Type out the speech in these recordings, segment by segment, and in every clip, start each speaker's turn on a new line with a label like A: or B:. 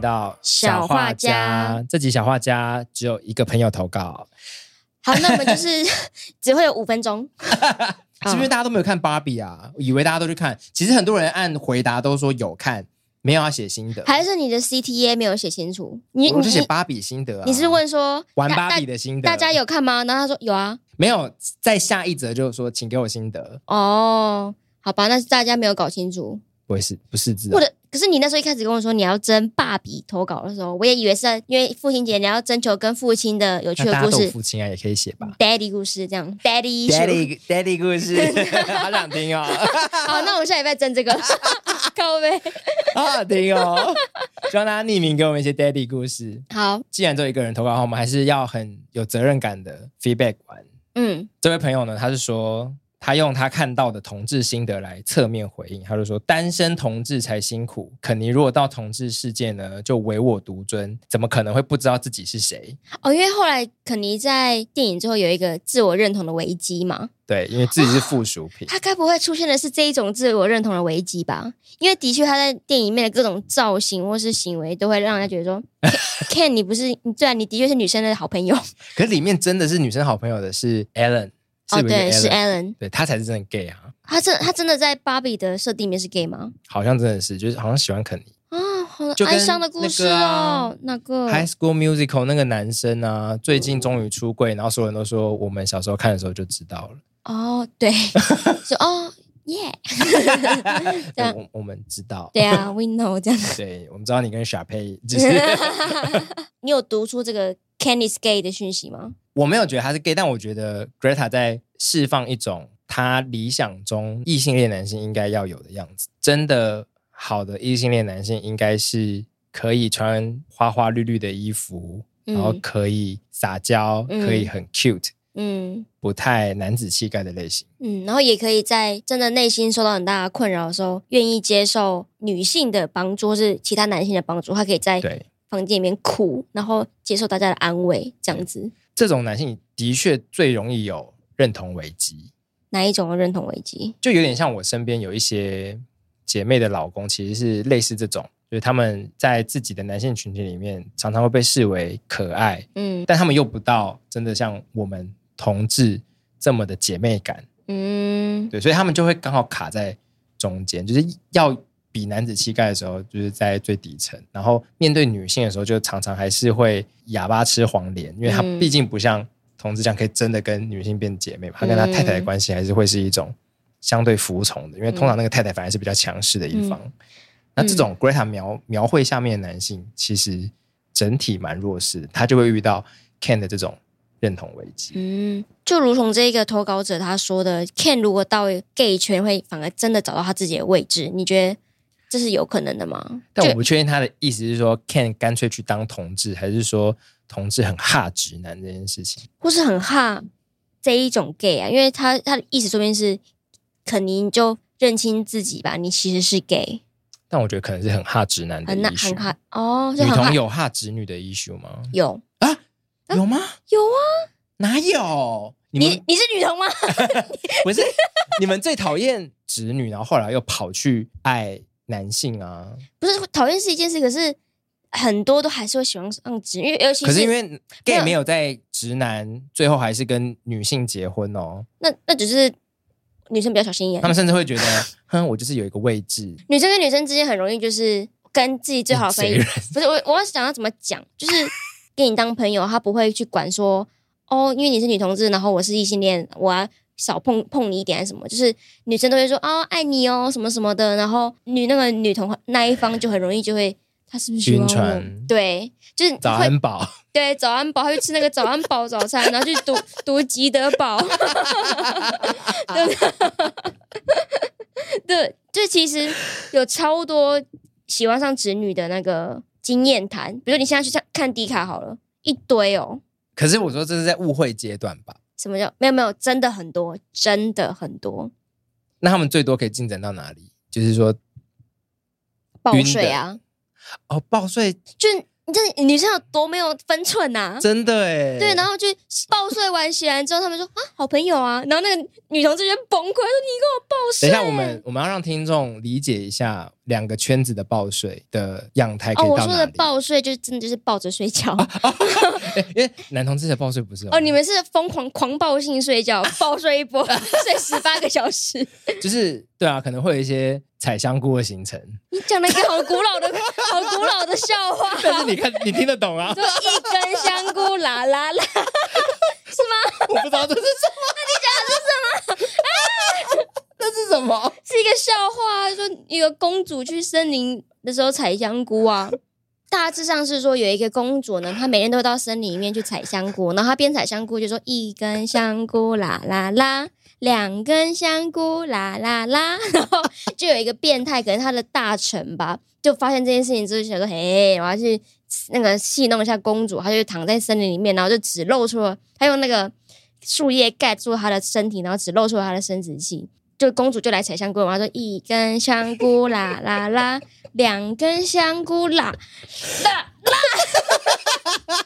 A: 到
B: 小画家，
A: 这集小画家只有一个朋友投稿，
B: 好，那我们就是 只会有五分钟。 嗯
A: 是不是大家都没有看芭比啊？以为大家都去看，其实很多人按回答都说有看，没有要写心得，
B: 还是你的 CTA 没有写清楚？你
A: 我
B: 你
A: 就写芭比心得啊。
B: 你是问说
A: 玩
B: 大
A: 芭
B: 大
A: 比的心得？
B: 大家有看吗？然后他说有啊。
A: 没有？在下一则就是说，请给我心得，
B: 哦，好吧，那是大家没有搞清楚，
A: 不会是不是字、
B: 或
A: 啊？
B: 者可是你那时候一开始跟我说你要征爸比投稿的时候，我也以为是在因为父亲节你要征求跟父亲的有趣
A: 那
B: 的
A: 大家
B: 故
A: 都有
B: 事
A: 父亲啊，也可以写吧。
B: ，daddy 故事这样，daddy issue。
A: Daddy Daddy 故事， 好想听哦，
B: 好，那我们下礼拜征这个， 靠呗。
A: 好想听哦，希望大家匿名给我们一些 Daddy 故事。
B: 好，
A: 既然只有一个人投稿的话，我们还是要很有责任感的 feedback 完。
B: 嗯，
A: 这位朋友呢，他是说他用他看到的同志心得来侧面回应，他就说单身同志才辛苦，肯尼如果到同志世界呢，就唯我独尊，怎么可能会不知道自己是谁？
B: 哦，因为后来肯尼在电影最后有一个自我认同的危机嘛，
A: 对，因为自己是附属 品。
B: 他该不会出现的是这一种自我认同的危机吧？因为的确他在电影里面的各种造型或是行为，都会让人家觉得说 ，Ken，Ken，你不是，对啊，你的确是女生的好朋友。
A: 可是里面真的是女生好朋友的是 Alan，
B: 哦，
A: 是不是
B: 对，是
A: Alan？、
B: Alan，
A: 对他才是真的 gay 啊，
B: 他真他真的在芭比的设定里面是 gay 吗？
A: 好像真的是，就是好像喜欢肯尼。
B: 啊，好
A: 就跟啊
B: 哀伤的故事哦，那个
A: High School Musical 那个男生啊，最近终于出柜，然后所有人都说我们小时候看的时候就知道了。
B: 哦， 对，说哦耶， 这
A: 对，
B: 样
A: 我我们知 道，
B: 对 啊，we know 这样。
A: 对，我们知道你跟小佩只 是
B: 你有读出这个 Candice gay 的讯息吗？
A: 我没有觉得他是 gay，但我觉得 Greta 在释放一种他理想中异性恋男性应该要有的样子。真的好的异性恋男性应该是可以穿花花绿绿的衣服，然后
B: 嗯
A: 可以撒娇，
B: 嗯
A: 可以很 cute，
B: 嗯
A: 不太男子气概的类型。
B: 嗯，然后也可以在真的内心受到很大的困扰的时候，愿意接受女性的帮助，或是其他男性的帮助。他可以在
A: 对，
B: 房间里面哭，然后接受大家的安慰，这样子。
A: 这种男性的确最容易有认同危机。
B: 哪一种的认同危机？
A: 就有点像我身边有一些姐妹的老公，其实是类似这种，就是他们在自己的男性群体里面，常常会被视为可爱，
B: 嗯
A: 但他们又不到真的像我们同志这么的姐妹感，
B: 嗯，
A: 对，所以他们就会刚好卡在中间，就是要比男子气概的时候，就是在最底层，然后面对女性的时候，就常常还是会哑巴吃黄连，因为他
B: 嗯
A: 毕竟不像同志这样可以真的跟女性变姐妹嘛，他跟他太
B: 嗯
A: 太的关系还是会是一种相对服从的，因为通常那个太太反而是比较强势的一方。
B: 嗯
A: 那这种 Greta 描描绘下面的男性，其实整体蛮弱势的，他就会遇到 Ken 的这种认同危机。
B: 嗯，就如同这个投稿者他说的，Ken 如果到 gay 圈会反而真的找到他自己的位置，你觉得这是有可能的吗？
A: 但
B: 就
A: 我不确定他的意思是说 Ken 干脆去当同志，还是说同志很哈直男这件事情。
B: 或是很怕这一种 gay 啊，因为他他的意思说明是，肯尼你就认清自己吧，你其实是 gay，
A: 但我觉得可能是很哈直男的
B: 很那
A: issue。
B: 很怕哦，就
A: 女
B: 很怕
A: 同有哈直女的 issue 吗？
B: 有啊
A: 有吗？
B: 有啊，
A: 哪有？你
B: 你
A: 们
B: 你是女同吗？
A: 不是你们最讨厌直女，然后后来又跑去爱男性啊？
B: 不是讨厌是一件事，可是很多都还是会喜欢上直，因为尤其
A: 可是因为
B: 没
A: gay
B: 有
A: 没有在直男，最后还是跟女性结婚哦。
B: 那那只是女生比较小心眼
A: 他，们甚至会觉得，哼，我就是有一个位置，
B: 女生跟女生之间很容易就是跟自己 最好的朋
A: 谁
B: 友
A: 认，
B: 不是我我要想要怎么讲，就是跟你当朋友，他不会去管说哦，因为你是女同志，然后我是异性恋，我要少碰碰你一点还是什么，就是女生都会说哦爱你哦什么什么的，然后女那个女同那一方就很容易就会。他是不是喜欢
A: 晕
B: 我
A: 船？
B: 对，就是会
A: 早安宝。
B: 对早安堡，他去吃那个早安堡早餐，然后去读 读吉德堡， 对对，这其实有超多喜欢上直女的那个经验谈，比如你现在去看看迪卡好了，一堆哦，
A: 可是我说这是在误会阶段吧？
B: 什么叫没有没有，真的很多，真的很多
A: 那他们最多可以进展到哪里？就是说，
B: 报税啊，
A: 哦，报税
B: 就是你这女生有多没有分寸呐、
A: 真的哎。
B: 对，然后就抱睡完醒来之后，他们说啊，好朋友啊，然后那个女同志就崩溃，说你给我抱
A: 等
B: 睡。
A: 一下，我们我们要让听众理解一下两个圈子的报税的样态可
B: 哦，
A: 以
B: 我
A: 到
B: 说
A: 哪
B: 的
A: 里。啊
B: 抱睡就是真的就是抱着睡觉。
A: 哎 因为男同志的报税不是
B: 哦，你们是疯狂狂暴性睡觉，暴睡一 波，睡十八个小时。
A: 就是对啊，可能会有一些采香菇的行 程，
B: 你讲了一个好古老的、好古老的笑话，
A: 但是你看你听得懂啊？
B: 就一根香菇啦啦啦，
A: 我不知道这是什么，那你讲的是什么？那是什么？
B: 是一个笑话、啊，说一个公主去森林的时候采香菇啊。大致上是说，有一个公主呢，她每天都到森林里面去采香菇，然后她边采香菇就说一根香菇啦啦啦，两根香菇啦啦啦， 然后就有一个变态，可能他的大臣吧，就发现这件事情之后，就想说，嘿，我要去那个戏弄一下公主，她就躺在森林里面，然后就只露出了，她用那个树叶盖住她的身体，然后只露出了她的生殖器。就公主就来采香菇，然后说一根香菇啦啦啦，两根香菇啦啦啦，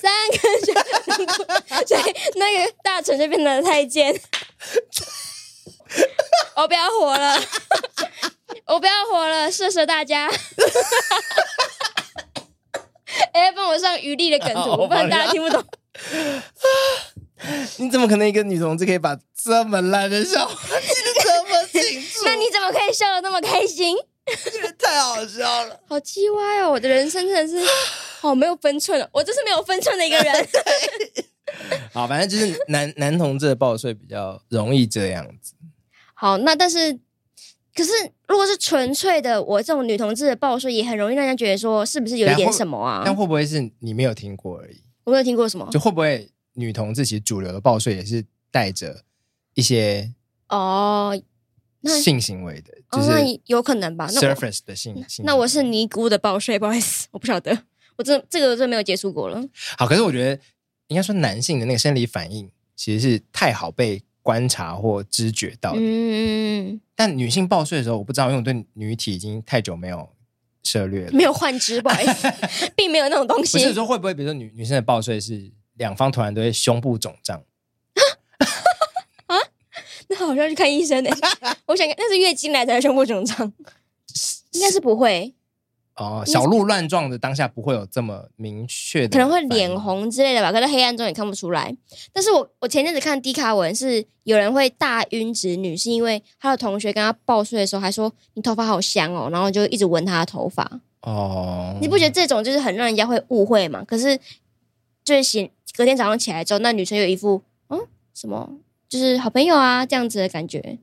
B: 三根香菇，所以那个大臣就变成了太监。我不要活了，我不要活了，射射大家。哎、帮我上余力的梗图，不然大家听不懂。？
A: 你怎么可能一个女同志可以把这么烂的笑话记得这么清楚
B: 那你怎么可以笑得那么开心？
A: 这个太好笑了。
B: 好鸡歪哦！我的人生真 的是好没有分寸哦了，我就是没有分寸的一个人。
A: 好，反正就是男 男同志的报税比较容易这样子。
B: 好，那但是，可是如果是纯粹的我这种女同志的报税，也很容易让人家觉得说是不是有一点什么
A: 但
B: 啊？
A: 会不会是你没有听过而已？
B: 我没有听过什么
A: 就会不会女同志其实主流的报税也是带着一些
B: 哦，那
A: 性行为的，
B: 哦
A: 就，是
B: 那有可能吧？那我
A: surface 的性性行为。
B: 那我是尼姑的报税，不好意思，我不晓得，我真的这个我真的没有接触过了。
A: 好，可是我觉得应该说男性的那个生理反应其实是太好被观察或知觉到的，
B: 嗯，
A: 但女性报税的时候，我不知道，因为我对女体已经太久没有涉略了。
B: 没有换肢，不好意 思，并没有那种东
A: 不是
B: 西。
A: 说会不会，比如说女女生的报税是两方突然都会胸部肿胀，
B: 那好像去看医 生的、我想那是月经来才会胸部肿胀，应该是不会。
A: 哦，
B: 是
A: 小鹿乱撞的当下不会有这么明确的，
B: 可能会脸。红之类的吧，可是黑暗中也看不出来。但是我我前阵子看低卡文是有人会大晕直女，是因为他的同学跟他报税的时候还说你头发好香哦，然后就一直闻他的头发。
A: 哦，
B: 你不觉得这种就是很让人家会误会吗？可是就是醒隔天早上起来之后，那女生有一副嗯什么就是好朋友啊这样子的感觉，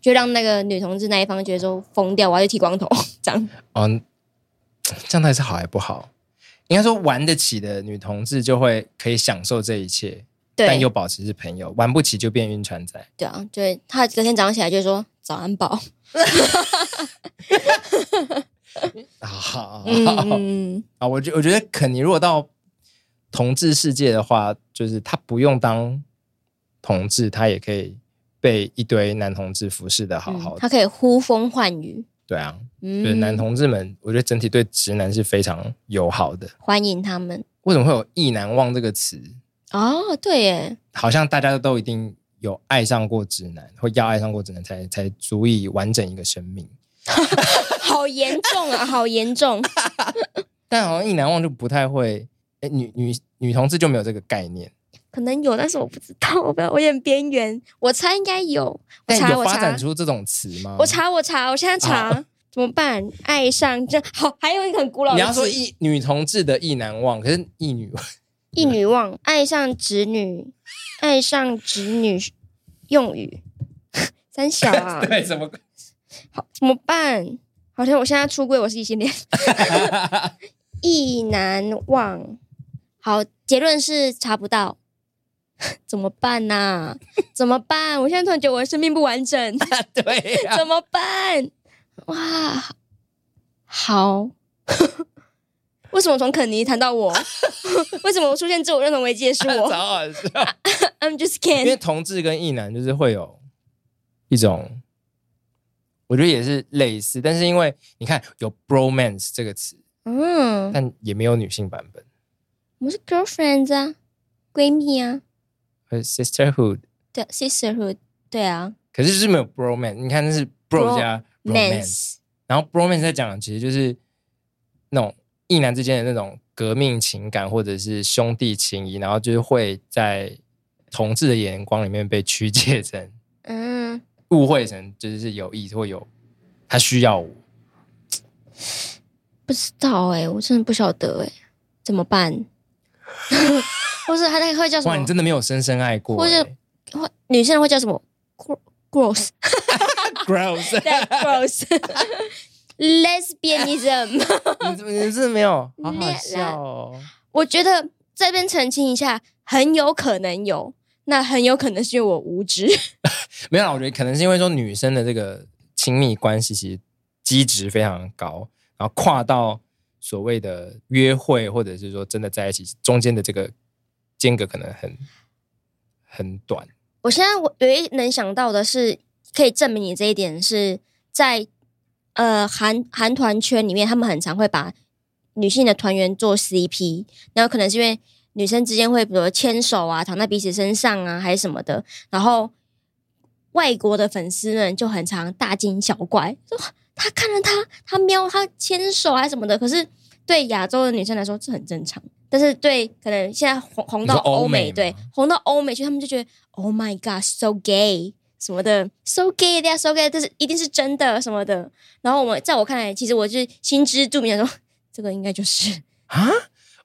B: 就让那个女同志那一方觉得说疯掉，我要去剃光头这样。
A: 嗯，这样到底是好还不好？应该说玩得起的女同志就会可以享受这一切，但
B: 对
A: 又保持是朋友；玩不起就变晕船仔。
B: 对啊，就是他隔天早上起来就说早安宝，
A: 啊 好，
B: 嗯
A: 好
B: 嗯。嗯
A: 啊，我觉我觉得肯尼如果到同志世界的话，就是他不用当同志，他也可以被一堆男同志服侍的好好
B: 嗯
A: 的。
B: 他可以呼风唤雨，
A: 对啊，
B: 嗯，
A: 对男同志们，我觉得整体对直男是非常友好的。
B: 欢迎他们
A: 为什么会有“意难忘”这个词？
B: 哦，对耶，
A: 好像大家都一定有爱上过直男，或要爱上过直男才才足以完整一个生命。
B: 好严重啊，好严重，
A: 但好像“意难忘”就不太会，哎，女女女同志就没有这个概念。
B: 可能有，但是我不知道，我不我有点边缘，我猜应该有，我
A: 但
B: 查
A: 哎有
B: 我
A: 发展
B: 查
A: 出这种词吗？
B: 我查我查，我现在查
A: 好
B: 怎么办？爱上这好，还有一个很古老的
A: 你
B: 词，
A: 要说一女同志的意难忘，可是一女
B: 一女忘，爱上直女，爱上直女用语， 三小啊，
A: 对什么鬼？
B: 好怎么办？好像我现在出柜，我是异 性恋。意难忘。好，结论是查不到， 怎么办呐、怎么办？我现在突然觉得我的生命不完 整，
A: 对呀、
B: 怎么办？哇，好。 为什么从肯尼谈到 我？为什么我出现自我认同危机的是
A: 超
B: 我
A: 好笑。
B: ？I'm just
A: 因为
B: kidding。
A: 同志跟异男就是会有一种，我觉得也是类似，但是因为你看有 bromance 这个词，
B: 嗯，
A: 但也没有女性版本。
B: 我们是 girlfriends 啊，闺蜜啊，
A: 和 sisterhood，
B: 对，sisterhood，对啊
A: 可是就是没有 bromance。你看，那是 bro
B: Bro-
A: 加 romance，
B: ，mans，
A: 然后 bromance 在讲的其实就是那种异男之间的那种革命情感或者是兄弟情谊，然后就是会在同志的眼光里面被曲解成
B: 嗯，
A: 误会成就是有意或有他需要我。
B: 不知道哎、我真的不晓得哎、怎么办？ 或是他那个会叫什
A: 哇，
B: 么
A: 你？真的没有深深爱过、
B: 或者
A: 欸、
B: 会女生会叫什么？gro-？gross，
A: gross，
B: 对，gross，lesbianism。
A: 你怎么你真的没有？好好
B: 恋
A: 笑哦！
B: 我觉得这边澄清一下，很有可能有，那很有可能是因为我无知。
A: 没有啦，我觉得可能是因为说女生的这个亲密关系其实基值非常高，然后跨到所谓的约会或者是说真的在一起中间的这个间隔可能很很短。
B: 我现在我唯一能想到的是，可以证明你这一点是在呃韩韩团圈里面，他们很常会把女性的团员做 CP，然后可能是因为女生之间会比如牵手啊，躺在彼此身上啊，还是什么的，然后外国的粉丝们就很常大惊小怪，说他看了他，他瞄他牵手啊什么的，可是对亚洲的女生来说这很正常。但是对，可能现在红红到
A: 你说欧
B: 欧
A: 美
B: 美，对
A: 吗
B: 红到欧美去，他们就觉得 Oh my God, so gay 什么的，so gay 的 so gay，这是一定是真的什么的。然后我们在我看来，其实我就是心知肚明，想说这个应该就是
A: 啊，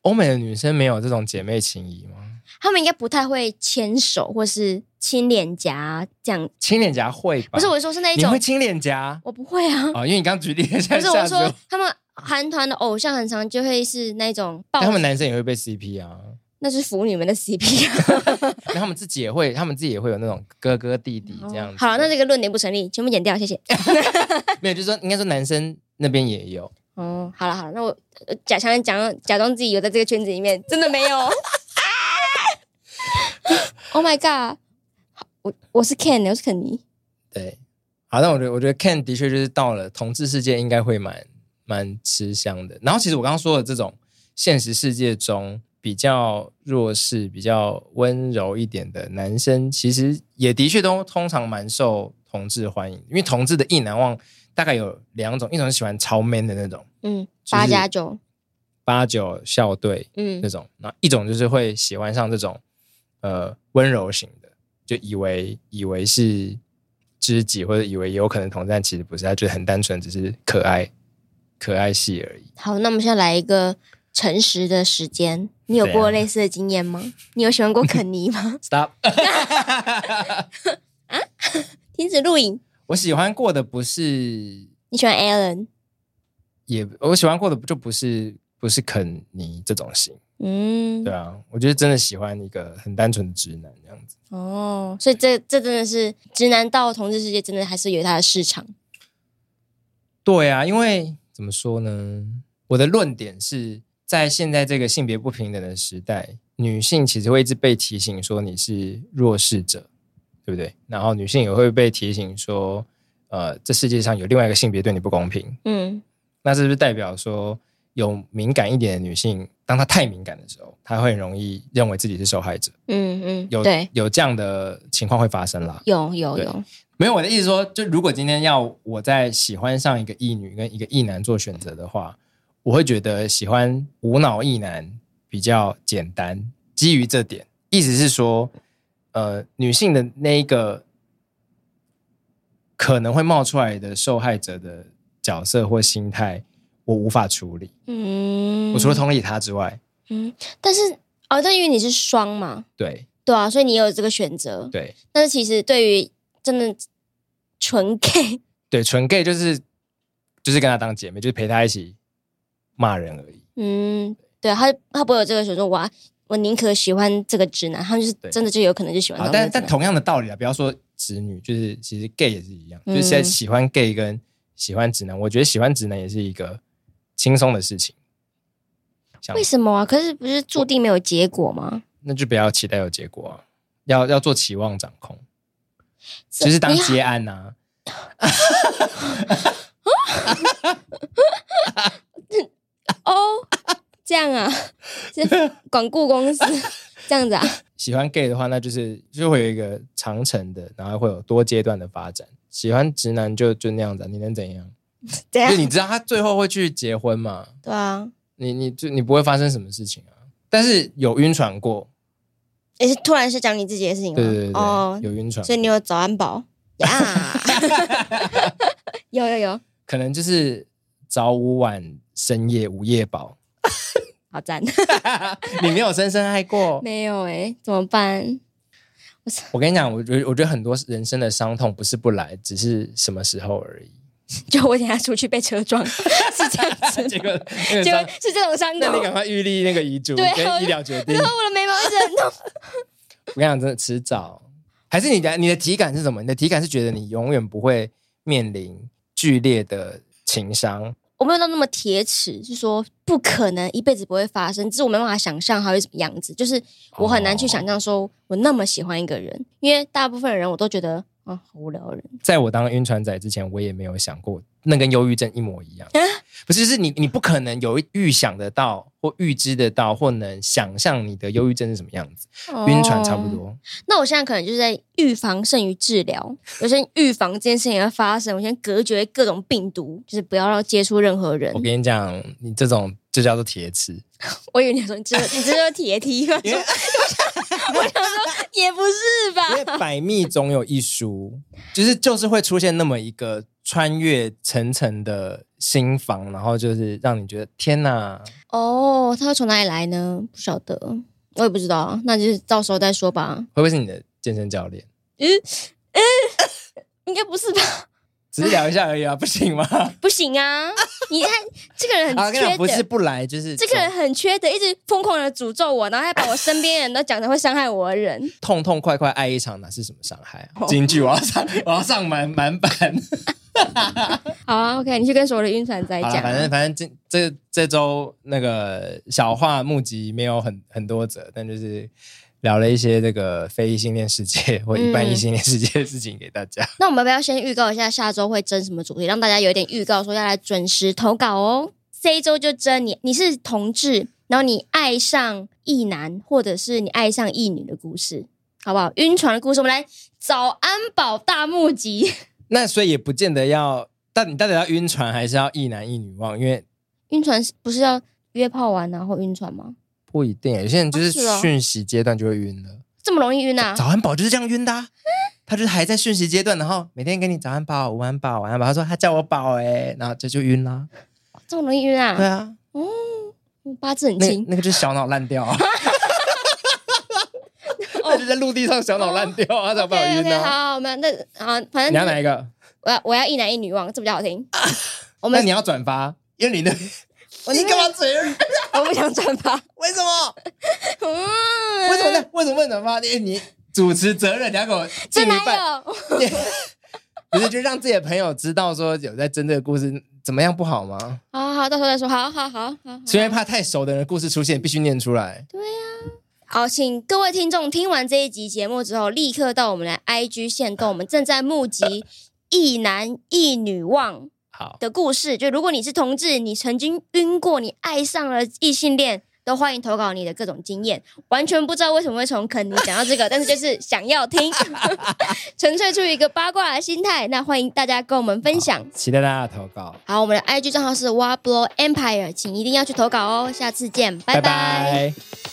A: 欧美的女生没有这种姐妹情谊吗？
B: 他们应该不太会牵手或是亲脸颊这样。
A: 亲脸颊会吧？
B: 不是，我是说是那一
A: 哦你
B: 种
A: 会，亲脸颊？
B: 我不会啊。
A: 哦，因为你刚举例一下，
B: 不是我
A: 吓死
B: 说，他们韩团的偶像很常就会是那种抱
A: 但，他们男生也会被 CP 啊，
B: 那是腐女们 的 CP 啊。
A: 然后他们自己也会，他们自己也会有那种哥哥弟弟这样子。
B: 哦好，那这个论点不成立，全部剪掉，谢谢。
A: 没有，就是说应该说男生那边也有。嗯
B: 哦，好了好了，那我呃假想假假装自己有在这个圈子里面，真的没有。 啊 oh my god！好我我是 Ken，我是肯尼。
A: 对，好，那我觉得我觉得 Ken 的确就是到了同志世界，应该会蛮蛮吃香的。然后其实我刚刚说的这种现实世界中比较弱势、比较温柔一点的男生，其实也的确都通常蛮受同志欢迎，因为同志的意难忘大概有两种，一种是喜欢超 man 的那种，
B: 嗯，
A: 就是
B: 八加九。
A: 八九校队
B: 嗯
A: 那种，那一种就是会喜欢上这种呃温柔型的，就以为以为是知己或者以为有可能同，但其实不是，他觉得很单纯，只是可爱可爱系而已。
B: 好，那我们现在来一个诚实的时间。你有
A: 对啊？
B: 过类似的经验吗？你有喜欢过肯尼吗
A: Stop，
B: 停止录影。
A: 我喜欢过的不是
B: 你喜欢 Alan？
A: 也，我喜欢过的就不是不是肯尼这种型，
B: 嗯
A: 对，啊，我觉得真的喜欢一个很单纯的直男这样子。
B: 哦，所以这这真的是直男到同志世界，真的还是有它的市场。
A: 对啊，因为怎么说呢？我的论点是在现在这个性别不平等的时代，女性其实会一直被提醒说你是弱势者，对不对？然后女性也会被提醒说，呃，这世界上有另外一个性别对你不公平。
B: 嗯
A: 那是不是代表说，有敏感一点的女性，当她太敏感的时候，她会很容易认为自己是受害者？
B: 嗯嗯，
A: 有
B: 对，
A: 有这样的情况会发生啦。
B: 有有
A: 对
B: 有，
A: 没有，我的意思说，就如果今天要我在喜欢上一个异女跟一个异男做选择的话，我会觉得喜欢无脑异男比较简单。基于这点，意思是说，呃，女性的那一个可能会冒出来的受害者的角色或心态，我无法处理。
B: 嗯，
A: 我除了同理她之外，
B: 嗯，但是哦，但因为你是双嘛，
A: 对
B: 对啊，所以你也有这个选择。
A: 对
B: 但是其实对于真的纯 gay，
A: 对，纯 gay 就是就是跟她当姐妹，就是陪她一起骂人而已。
B: 嗯，对啊他他不会有这个选择，哇，我宁可喜欢这个直男，他就是
A: 对
B: 真的就有可能就喜欢
A: 啊
B: 到，那
A: 但
B: 个
A: 但
B: 直
A: 同样的道理啊，不要说直女，就是其实 gay 也是一样，
B: 嗯
A: 就是现在喜欢 gay 跟喜欢直男，我觉得喜欢直男也是一个轻松的事情，
B: 男为什么啊？可是不是注定没有结果吗？
A: 那就不要期待有结果啊，要要做期望掌控，
B: 这
A: 就是当
B: 你
A: 接案啊呐、
B: 哦，这样啊，是管顾 公司这样子啊，
A: 喜欢 gay 的话，那就是就会有一个长程的，然后会有多阶段的发展。喜欢直男就就那样子啊、你能怎样？就
B: 这样
A: 你知道他最后会去结婚嘛？
B: 对啊，
A: 你你就你不会发生什么事情啊？但是有晕船过，
B: 也是突然是讲你自己的事情吗？
A: 对对对对，
B: 哦，
A: 有晕船，
B: 所以你有早安宝呀？ 有有有，
A: 可能就是早午晚深夜午夜 宝，
B: 好赞，
A: 你没有深深爱过。
B: 没有哎，怎么办？
A: 我跟你讲，我觉得我觉得很多人生的伤痛不是不来，只是什么时候 而已。
B: 就我等下出去被车撞， 是这 样子吗，
A: 结果那个
B: 结
A: 伤
B: 果，是这种伤
A: 那
B: 口
A: 你。赶快预立那个遗嘱
B: 对
A: 跟
B: 我
A: 医疗决定
B: 然。后我的眉毛一直很痛，
A: 我跟你讲，真的迟早，还是你的你的体感是什么？你的体感是觉得你永远不会面临剧烈的情伤，
B: 我没有到那么铁齿，是说不可能一辈子不会发生，只是我没办法想象它会是什么样子，就是我很
A: 哦
B: 难去想象说我那么喜欢一个人，因为大部分的人我都觉得啊好无聊的人，
A: 在我当晕船仔之前，我也没有想过，那跟忧郁症一模一
B: 啊
A: 样。不是，就是你你不可能有预想得到，或预知得到，或能想象你的忧郁症是什么样子。晕船差不
B: 哦。
A: 多，
B: 那我现在可能就是在预防胜于治疗，我先预防这件事情的发生，我先隔绝各种病毒，就是不要让接触任何人
A: 我。跟你讲，你这种就叫做铁齿。
B: 我以为你说你这你这就是铁梯，我想
A: 因为
B: 我想说也不是
A: 因为
B: 吧？
A: 百密总有一疏，就是就是会出现那么一个穿越层层的心房，然后就是让你觉得天哪，
B: 哦，他会从哪里来呢？不晓得，我也不知道啊，那就是到时候再说吧。
A: 会不会是你的健身教练？
B: 嗯嗯，应该不是吧？
A: 只是聊一下而已啊，不行吗？啊，
B: 不行啊！你看这个人很
A: 跟你讲
B: 缺
A: 不是
B: 德，
A: 不来，就是
B: 这个人很缺德，一直疯狂的诅咒我，然后还把我身边的人都讲成会伤害我的人。
A: 痛痛快快爱一场，哪是什么伤害啊？
B: 哦
A: 京剧我要上，我要上满满 版。
B: 好啊，OK，你去跟所有的晕船仔
A: 好
B: 讲
A: 了，
B: 啊，
A: 反正反正这这这周那个小话募集没有很很多则，但就是聊了一些这个非异性恋世界或一般异性恋世界的事情给大家。
B: 那我们要不要先预告一下下周会征什么主题，让大家有一点预告，说要来准时投稿哦。这一周就征你，你是同志，然后你爱上异男，或者是你爱上异女的故事，好不好？晕船的故事，我们来早安宝大募集，
A: 那所以也不见得要，但你到底要晕船还是要一男一女忘？因为
B: 晕船是不是要约炮完然后晕船吗？
A: 不一定，有些人就是
B: 是哦
A: 讯息阶段就会晕了。
B: 这么容易晕啊？嗯
A: 早安宝就是这样晕的、啊，他就是还在讯息阶段，然后每天给你早安宝、午安宝、晚安宝，他说他叫我宝哎、然后这就晕啦、
B: 这么容易晕
A: 对
B: 啊？
A: 啊，
B: 八字很
A: 那
B: 轻
A: 那个就是小脑烂 掉、啊。 那就在陆地上小脑烂掉啊，他才不好
B: ，OK
A: 晕
B: OK，
A: 啊。
B: 哦好，我们那啊，反
A: 你要
B: 正
A: 哪一个？
B: 我要我要一男一女忘，这比较好听。我
A: 那
B: 们
A: 你要转发，因为你的
B: 我那
A: 你
B: 边
A: 干嘛嘴软？
B: 我不想转 发，
A: 为什么？
B: 嗯，
A: 为什么呢？为什么不转发？你你主持责任，你要给我尽
B: 这
A: 一半。
B: 哪有？
A: 你 不是就让自己的朋友知道说有在争这个故事，怎么样不好吗？
B: 好好，好，到时候再说。好好好好好。
A: 虽然怕太熟的人的故事出现，必须念出来。
B: 好，请各位听众听完这一集节目之后，立刻到我们的 IG 线动，我们正在募集一男一女望
A: 好，
B: 的故事。就如果你是同志，你曾经晕过，你爱上了异性恋。都欢迎投稿你的各种经验，完全不知道为什么会从肯尼讲到这个， 但是就是想要听， 纯粹出于一个八卦的心态。那欢迎大家跟我们分享。
A: 期待大家的投稿，
B: 好，我们的 IG 账号是 w a b l o Empire，请一定要去投稿哦。下次见，拜拜
A: 拜